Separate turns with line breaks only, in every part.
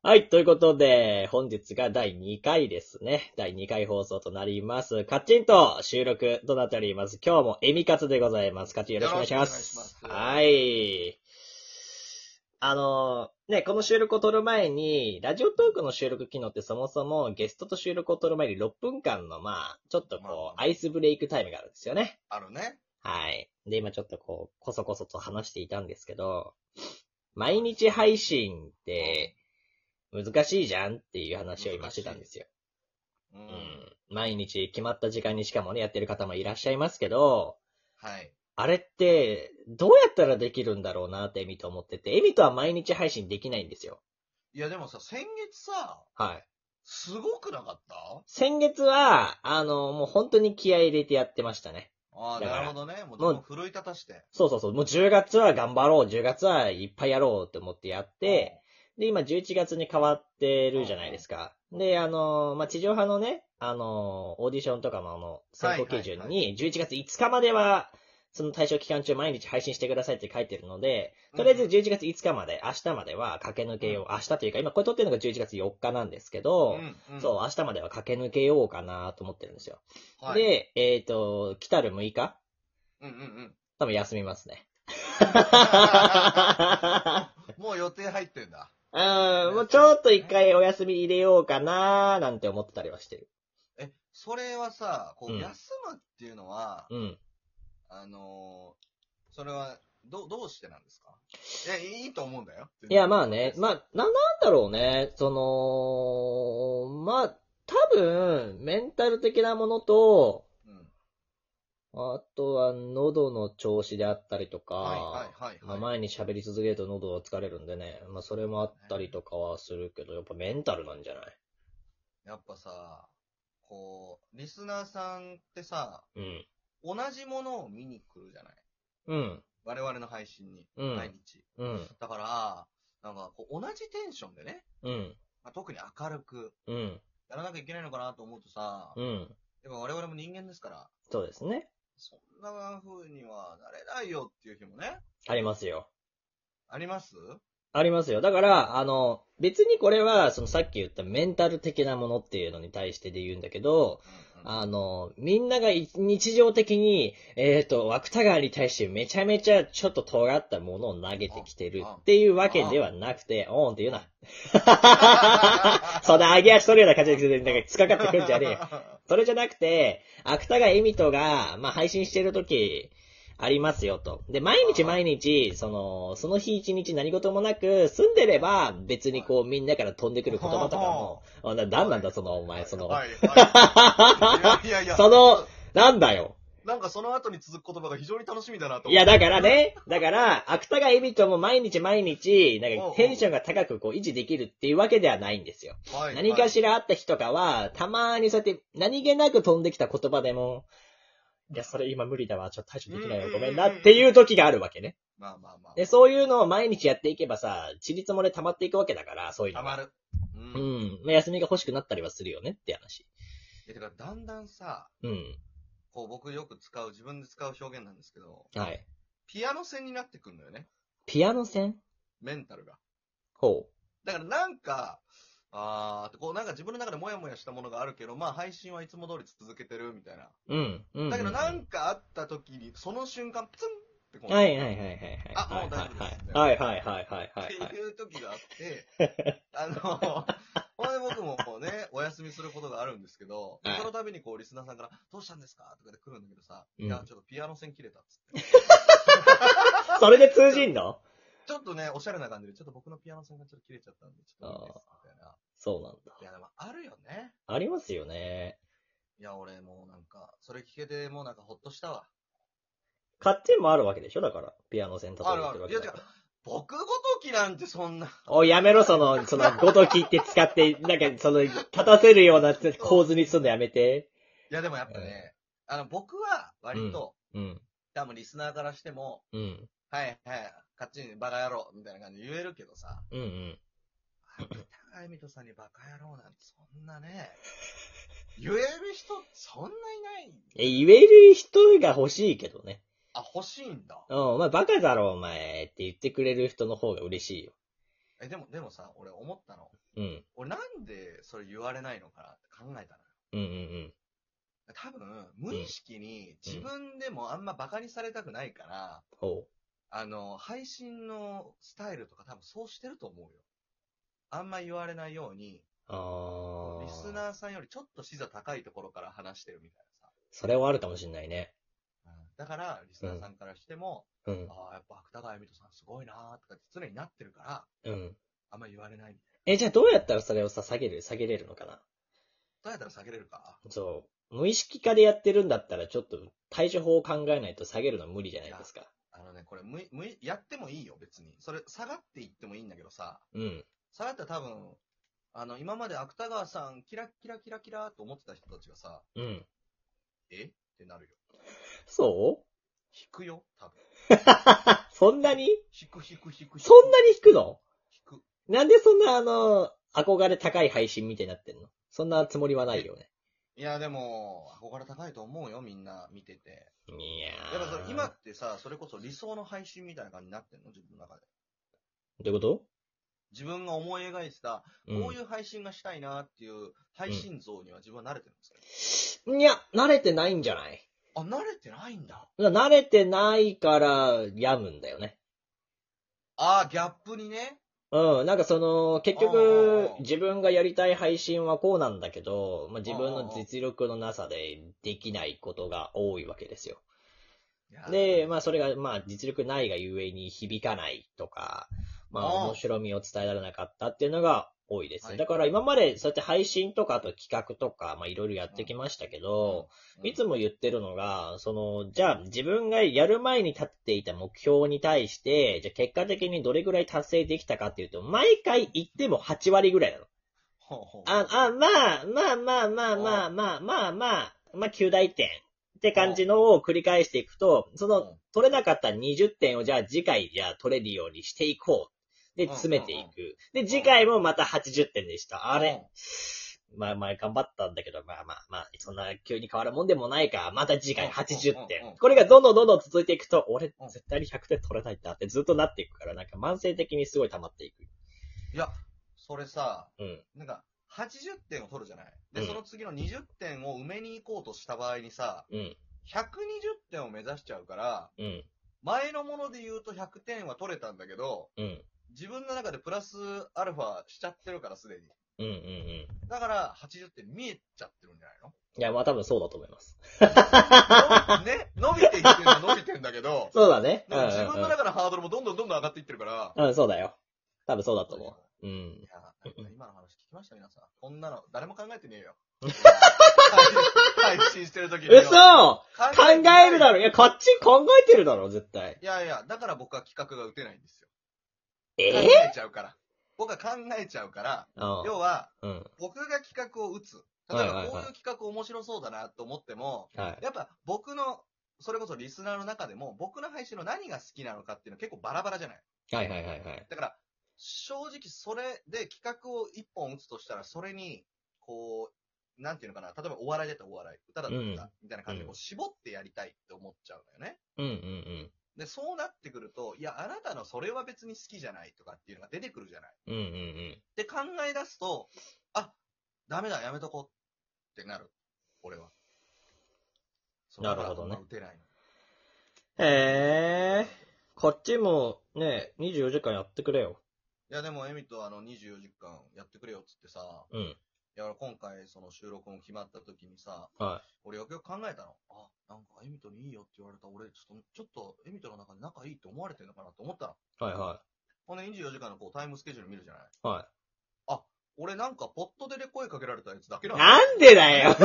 はい、ということで、本日が第2回ですね。第2回放送となります。カッチンと収録となっております。今日もエミカツでございます。カッチンよろしくお願いします。
よろしくお願い
は
します
い。あの、ね、この収録を撮る前に、ラジオトークの収録機能ってそもそもゲストと収録を撮る前に6分間の、まあ、ちょっと
まあま
こ
あ
う、アイスブレイクタイムがあるんですよね。
あるね。
はい。で、今ちょっとこう、こそこそと話していたんですけど、毎日配信って難しいじゃんっていう話を今してたんですよ。
う。
うんん。毎日決まった時間にしかもね、やってる方もいらっしゃいますけど、
はい。
あれって、どうやったらできるんだろうなってエミと思ってて、エミとは毎日配信できないんですよ。
いや、でもさ、先月さ、
はい。
すごくなかった
先月は、あの、もう本当に気合い入れてやってましたね。
ああ、
だから
なるほどね。もう、
もう
もう奮い立たして。
そうそうそう。もう10月は頑張ろう。10月はいっぱいやろうって思ってやって、で、今11月に変わってるじゃないですか。で、あのー、まあ、地上波のね、あのー、オーディションとかのあの、選考基準
はいは
に、11月5日までは、その対象期間中毎日配信してくださいって書いてるので、とりあえず11月5日まで、明日までは駆け抜けよう。明日というか、今これ撮ってるのが11月4日なんですけ
う
ど、
ん、うん
そう、明日までは駆け抜けようかなと思ってるんですよ。
うん。はい、
で、えっ、と、来たる6日
うんうんうん。
多分休みますね。
もう予定入ってんだ。
うん、もうちょっと一回お休み入れようかなーなんて思ってたりはしてる。
え、それはさ、こ
う
う、
ん
休むっていうのは、
うん。
あのーそれは、ど、どうしてなんですかえ、いいと思うんだよ。
いや、まあね、まあ、な、なんだろうね、その、まあ、多分、メンタル的なものと、
うん。
あとは喉の調子であったりとか、
はいはい
まあ
はい、はい。
前に喋り続けると喉は疲れるんでね、まあそれもあったりとかはするけど、やっぱメンタルなんじゃない
やっぱさ、こう、リスナーさんってさ、
うん。
同じものを見に来るじゃない
うん。
我々の配信に、
うん
毎日。
うん。
だから、なんかこう同じテンションでね、
うん。
まあ、特に明るく
うん。
やらなきゃいけないのかなと思うとさ、
うん。
でも我々も人間ですから、
そうですね。
そんな風にはなれないよっていう日もね、
ありますよ。
あります
ありますよ。だから、あの、別にこれは、そのさっき言ったメンタル的なものっていうのに対してで言うんだけど、
うんうん
あの、みんながい日常的に、えっ、と、芥川に対してめちゃめちゃちょっと尖ったものを投げてきてるっていうわけではなくて、おーんって言うな。 そんな揚げ足取るような感じで、なんか、つかかってくるんじゃねえよ。それじゃなくて、芥川恵美とが、まあ、配信してる時、ありますよと。で、毎日毎日、その、その日一日何事もなく、住んでれば、別にこう、みんなから飛んでくる言葉とかも、あな、なんなんだ、その、お前、その、
はいは い、いやいやいや、
その、なんだよ。
なんかその後に続く言葉が非常に楽しみだなと思って。
いや、だからね、だから、芥川恵美とも毎日毎日、なん
うんう
か
ん、
テンションが高くこう、維持できるっていうわけではないんですよ。
はい、
何か
ら。
しらあった日とかは、たまーにそうやって何気なく飛んできた言葉でも、いや、それ今無理だわ、ちょっと対処できないよ、ごめんなっていう時があるわけね。
まあまあまあ。
で、そういうのを毎日やっていけばさ、ちりつもで溜まっていくわけだから、そういうの
た
が。
まる。う。
うんん。まあ休みが欲しくなったりはするよねって話。
え、てか、だんだんさ、
うん。
こう僕よく使う、自分で使う表現なんですけど、
はい。
ピアノ線になってくるのよね。
ピアノ線
メンタルが。
ほ
だからなんか、あーってこうなんか自分の中でモヤモヤしたものがあるけど、まあ配信はいつも通り続けてるみたいな。
う。うん。うん。
だけどな
うん
んかあった時に、その瞬間、プツンってこう、
はいはいはいはいはい。
あもう大丈夫です
はいはいはいはいはいはい
っ
は
て
い。
いう時があって、あの、ほんで僕もこうね、お休みすることがあるんですけど、
はい
その度にこうリスナーさんから、どうしたんですかとかで来るんだけどさ、
うん
いや、ちょっとピアノ線切れたっつって。
それで通じんの
ちょっとね、おしゃれな感じで、ちょっと僕のピアノ線がちょっと切れちゃったんで、ちょっといいです、みたいな。
そうなんだ。
いや、でもあるよね。
ありますよね。
いや、俺もうなんか、それ聞けてもうなんかほっとしたわ。
買ってもあるわけでしょだから、ピアノ線例え
ある
ばっ
あ
てる
る。
わ
い
け
や、
だ
違
か
う
ら。
僕ごときなんてそんな。
おい、やめろ、その、その、ごときって使って、なんか、その、立たせるような構図にするのやめて。
いや、でもやっぱね、あの、僕は割と、
うん、
多分リスナーからしても、
うん、
はいはい、カッチンバカ野郎みたいな感じで言えるけどさ、
うん、うん。
高井美人さんにバカ野郎なんてそん なね、言える人そんないない。
え、言える人が欲しいけどね。
あ、欲しいんだ。
うん、お前バカだろ、お前って言ってくれる人の方が嬉しいよ。
え、でも、でもさ、俺思ったの。
うん。
俺なんでそれ言われないのかなって考えたのよ。
うんうん
多分、無意識に自分でもあんまバカにされたくないから、
ほ
あの、配信のスタイルとか多分そうしてると思うよ。あんま言われないように、
う。ああ。
リスナーさんよりちょっと視座高いところから話してるみたいなさ。
それはあるかもしんないね。
だから、リスナーさんからしても、
うん。
ああ、やっぱ芥川恵美人さんすごいなーとかって常になってるから、
うん。
あんま言われないみたい
え、じゃあどうやったらそれをさ、下げる、下げれるのかな
な。どうやったら下げれるか
そう。無意識化でやってるんだったら、ちょっと対処法を考えないと下げるのは無理じゃないですか。
あのね、これ無い、無い、やってもいいよ、別に。それ、下がっていってもいいんだけどさ、
うん。
下がったら多分、あの、今まで芥川さん、キラッキラキラキラーと思ってた人たちがさ、
うん。
えってなるよ。
そう
引くよ、多分。
そんなに
引く引く引く引く。
そんなに引くの
引く。
なんでそんなあの、憧れ高い配信みたいになってんのそんなつもりはないよね。
いや、でも、憧れ高いと思うよ、みんな見てて。
いやー
やっぱそれ今ってさ、それこそ理想の配信みたいな感じになってんの自分の中で。
どういうこと
自分が思い描いてた、
うん
こういう配信がしたいなっていう配信像には自分は慣れてるんですけ
いや、慣れてないんじゃない
ど、あ、慣れてないんだ。
慣れてないから、病むんだよね。
あーギャップにね。
うん、なんかその、結
あ
局、
ー
自分がやりたい配信はこうなんだけど、まあ、自分の実力のなさでできないことが多いわけですよ。で、まあそれが、まあ実力ないがゆえに響かないとか、まあ
あー
面白みを伝えられなかったっていうのが多いです
は
ね。
い
だから今までそうやって配信とかあと企画とか、まあいろいろやってきましたけど、いつ
も、
も言ってるのが、その、じゃあ自分がやる前に立っていた目標に対して、じゃあ結果的にどれぐらい達成できたかっていうと、毎回言っても8割ぐらいなの。
ほうほう
あ、あ、まあ、まあまあまあまあまあまあまあ、まあ9大点って感じのを繰り返していくと、その、取れなかった20点をじゃあ次回じゃあ取れるようにしていこう。で、
うん
詰めてい
うん
く。で、次回もまた80点でした。あ
うん
れまあまあ頑張ったんだけど、まあまあまあ、そんな急に変わるもんでもないか。また次回
うん
80
うんうんう
点
ん。
これがどんどんどんどん続いていくと、俺
うん
絶対に100点取れないんだってずっとなっていくから、なんか慢性的にすごい溜まっていく。
いや、それさ、
うん。
なんか、80点を取るじゃないで、
うん
その次の20点を埋めに行こうとした場合にさ、
うん。
120点を目指しちゃうから、
うん。
前のもので言うと100点は取れたんだけど、
うん。
自分の中でプラスアルファしちゃってるから、すでに。
うん。うん。うん。
だから、80点見えちゃってるんじゃないの
いや、まあ多分そうだと思います。、
ね、伸びていってるのは伸びてんだけど
そうだね。
で
うん。
も
う
自分の
ん
中のハードルもどんどんどんどん上がっていってるか
う
ら、
ん、そうだよ。多分そうだと思う。う
い
ん。
や、なんか今の話聞きました、皆さん。こんなの、誰も考えて ねえよ。配信してる時によ。
嘘考
考
えるだ
ろ
ろいや、こっち考えてるだろ絶対。
いやいや、だから僕は企画が打てないんですよ。考
ええ
えちゃうから。僕は考えちゃうから、
う
要は、
ん。うん。
僕が企画を打つ。例え
はいはい
ば、
はい
こういう企画面白そうだなと思っても、
はい。
やっぱ僕の、それこそリスナーの中でも、僕の配信の何が好きなのかっていうのは結構バラバラじゃない。
はいはいはいはい。
だから、正直それで企画を一本打つとしたら、それに、こう、なんていうのかな、例えばお笑いだったらお笑い、歌だったら歌、
うん
みたいな感じで、
う
こ
ん
う絞ってやりたいって思っちゃうのよね。
うんうんうん。
で、そうなってくると、いや、あなたのそれは別に好きじゃないとかっていうのが出てくるじゃない。
うんうんうん。
で、考え出すと、あ、ダメだ、やめとこうってなる。俺は。そう
なるほどね
だから打てないの
へえ、こっちもね、24時間やってくれよ。
いや、でも、エミとあの、24時間やってくれよっつってさ、
うん。
いや、俺今回、その収録も決まった時にさ、
は
俺よくよく考えたの。あ、なんか、エミとにいいよって言われた俺、ちょっと、ちょっと、エミとの中で仲いいって思われてるのかなって思ったの。
い。はいは
ほんで、24時間のこう、タイムスケジュール見るじゃない
い。は
俺なんか、ポットでで声かけられたやつだけ
い。
なの
なんでだよ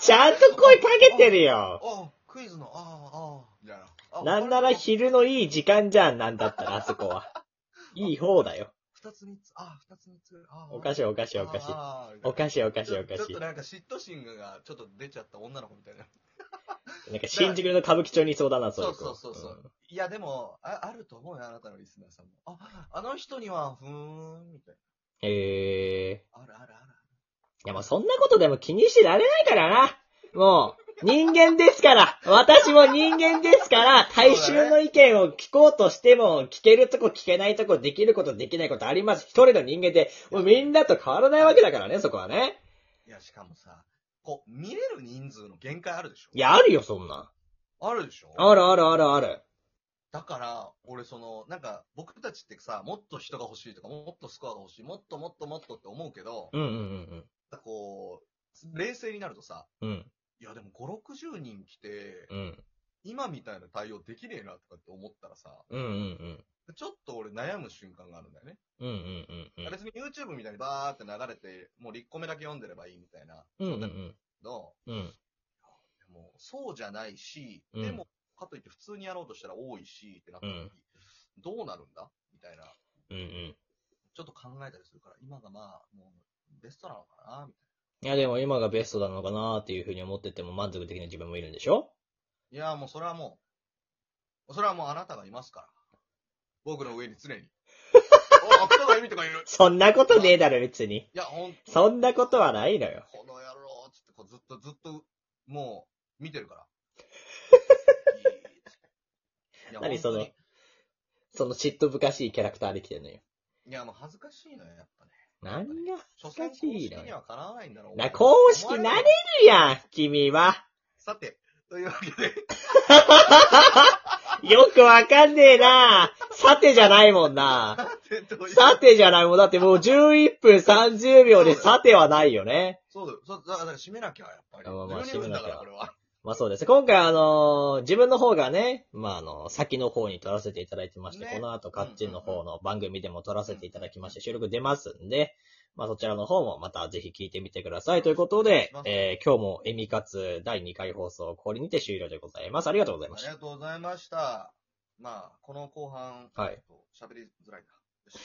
ちゃんと声かけてるよ
あ、クイズの、ああ、ああ、みたいな。あ
なんなら
これ
昼のいい時間じゃん、なんだったら、あそこは。いい方だよ。
二つ三つ、ああ、二つ三つ、ああ。
おかしいおかしいおかしい。
ああみたいな
おかしいおかしいおか
ちょ
し
ち
い
ょっと。なんか嫉妬心がちょっと出ちゃった女の子みたいな。
なんか新宿の歌舞伎町にいそうだな、そうい
そうう
子
そうそうそう。いや、でも、ああると思うよ、あなたのリスナーさんも。あ、あの人には、ふーん、みたい
うんへえ。
な。あるあるある。
いやもうそんなことでも気にしてられないからな。もう、人間ですから私も人間ですから、大衆の意見を聞こうとしても、聞けるとこ聞けないとこ、できることできないことあります。一人の人間で、もうみんなと変わらないわけだからね、そこはね。
いや、しかもさ、こう、見れる人数の限界あるでしょ
いや、あるよ、そんなん。
あるでしょ
あるあるあるある。
だから、俺その、なんか、僕たちってさ、もっと人が欲しいとか、もっとスコアが欲しい、もっともっともっとって思うけど、
うんうんうん
こう、冷静になるとさ、
うん。うん、
いやでも5、60人来て、
うん、
今みたいな対応できねえなとかって思ったらさ、
うんうんうん。
ちょっと俺悩む瞬間があるんだよね。
うんうんうんうん。
別に YouTube みたいにバーって流れて、もう1個目だけ読んでればいいみたいな
うんうんうん。
の、
うん。
でもそうじゃないし、
うん
でも、かといって普通にやろうとしたら多いし、ってなった時、
うん
どうなるんだみたいな、
うんうん。
ちょっと考えたりするから、今がまあ、もう、ベストなのかなみた
いや、でも今がベストなのかなっていうふうに思ってても満足できない自分もいるんでしょ
いな。いや、もうそれはもう、それはもうあなたがいますから。僕の上に 常に。お、芥川由美とかいる。
そんなことねえだろ、別に。
いや、ほんと
そんなことはないのよ。
この野郎っつってこうずっとずっと、もう、見て るから。いや
何その
本当に
その嫉妬深しいキャラクターできてんのよ。
いや、もう恥ずかしいのよ、やっぱね。
何が
所詮
恥ず
公
かしい
式
な
にはかなわないんだろう。
な、公式なれるやん、君は。
さて、というわけ で、
よくわかんねえなさてじゃないもんな
さて、という
さてじゃないもん。だってもう11分30秒でさてはないよね。
そうだよ。そうだだから締めなきゃ、やっぱり。
あまあまあ
12分だか
締めなき
ら、
ゃ
これは。
まあそうです。今回あのー自分の方がね、まああの、先の方に撮らせていただいてまして、
ね
この後カッチンの方の番組でも撮らせていただきまして、収録出ますんで、まあそちらの方もまたぜひ聞いてみてください。ということで
お願いしま、す
えー今日もエミカツ第2回放送、これにて終了でございます。ありがとうございま
あ
し
り
た。
がとうございました。まあ、この後半、
はい
ちょっと喋りづらいな。よし